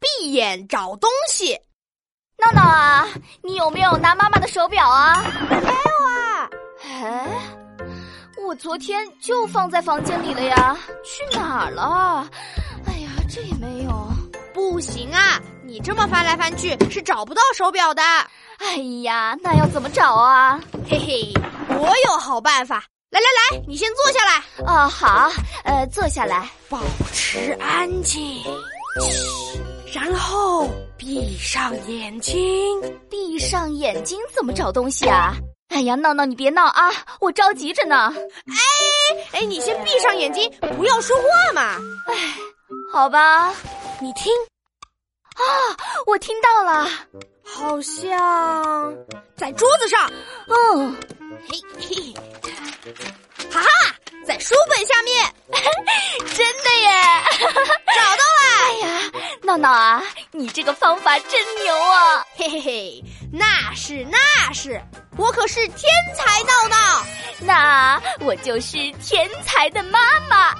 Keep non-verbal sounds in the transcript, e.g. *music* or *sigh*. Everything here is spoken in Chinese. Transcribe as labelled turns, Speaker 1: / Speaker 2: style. Speaker 1: 闭眼找东西。
Speaker 2: 闹闹啊，你有没有拿妈妈的手表啊？没有啊。哎，我昨天就放在房间里了呀，去哪儿了？哎呀，这也没有。
Speaker 1: 不行啊，你这么翻来翻去是找不到手表的。
Speaker 2: 哎呀，那要怎么找啊？
Speaker 1: 嘿嘿，我有好办法。来来来，你先坐下来，
Speaker 2: 啊，好，呃，坐下来。
Speaker 1: 保持安静，然后闭上眼睛。
Speaker 2: 闭上眼睛怎么找东西啊？哎呀，闹闹，你别闹啊，我着急着呢。
Speaker 1: 哎，你先闭上眼睛，不要说话嘛。
Speaker 2: 好吧，啊
Speaker 1: 你听，
Speaker 2: 我听到了。
Speaker 1: 好像在桌子上，
Speaker 2: 嗯，
Speaker 1: 嘿嘿，哈哈，在书本下面
Speaker 2: 真的耶！ *laughs*
Speaker 1: 找到了。
Speaker 2: 哎呀，闹闹啊，你这个方法真牛啊！
Speaker 1: 嘿嘿嘿，那是那是，我可是天才闹闹。
Speaker 2: 那我就是天才的妈妈。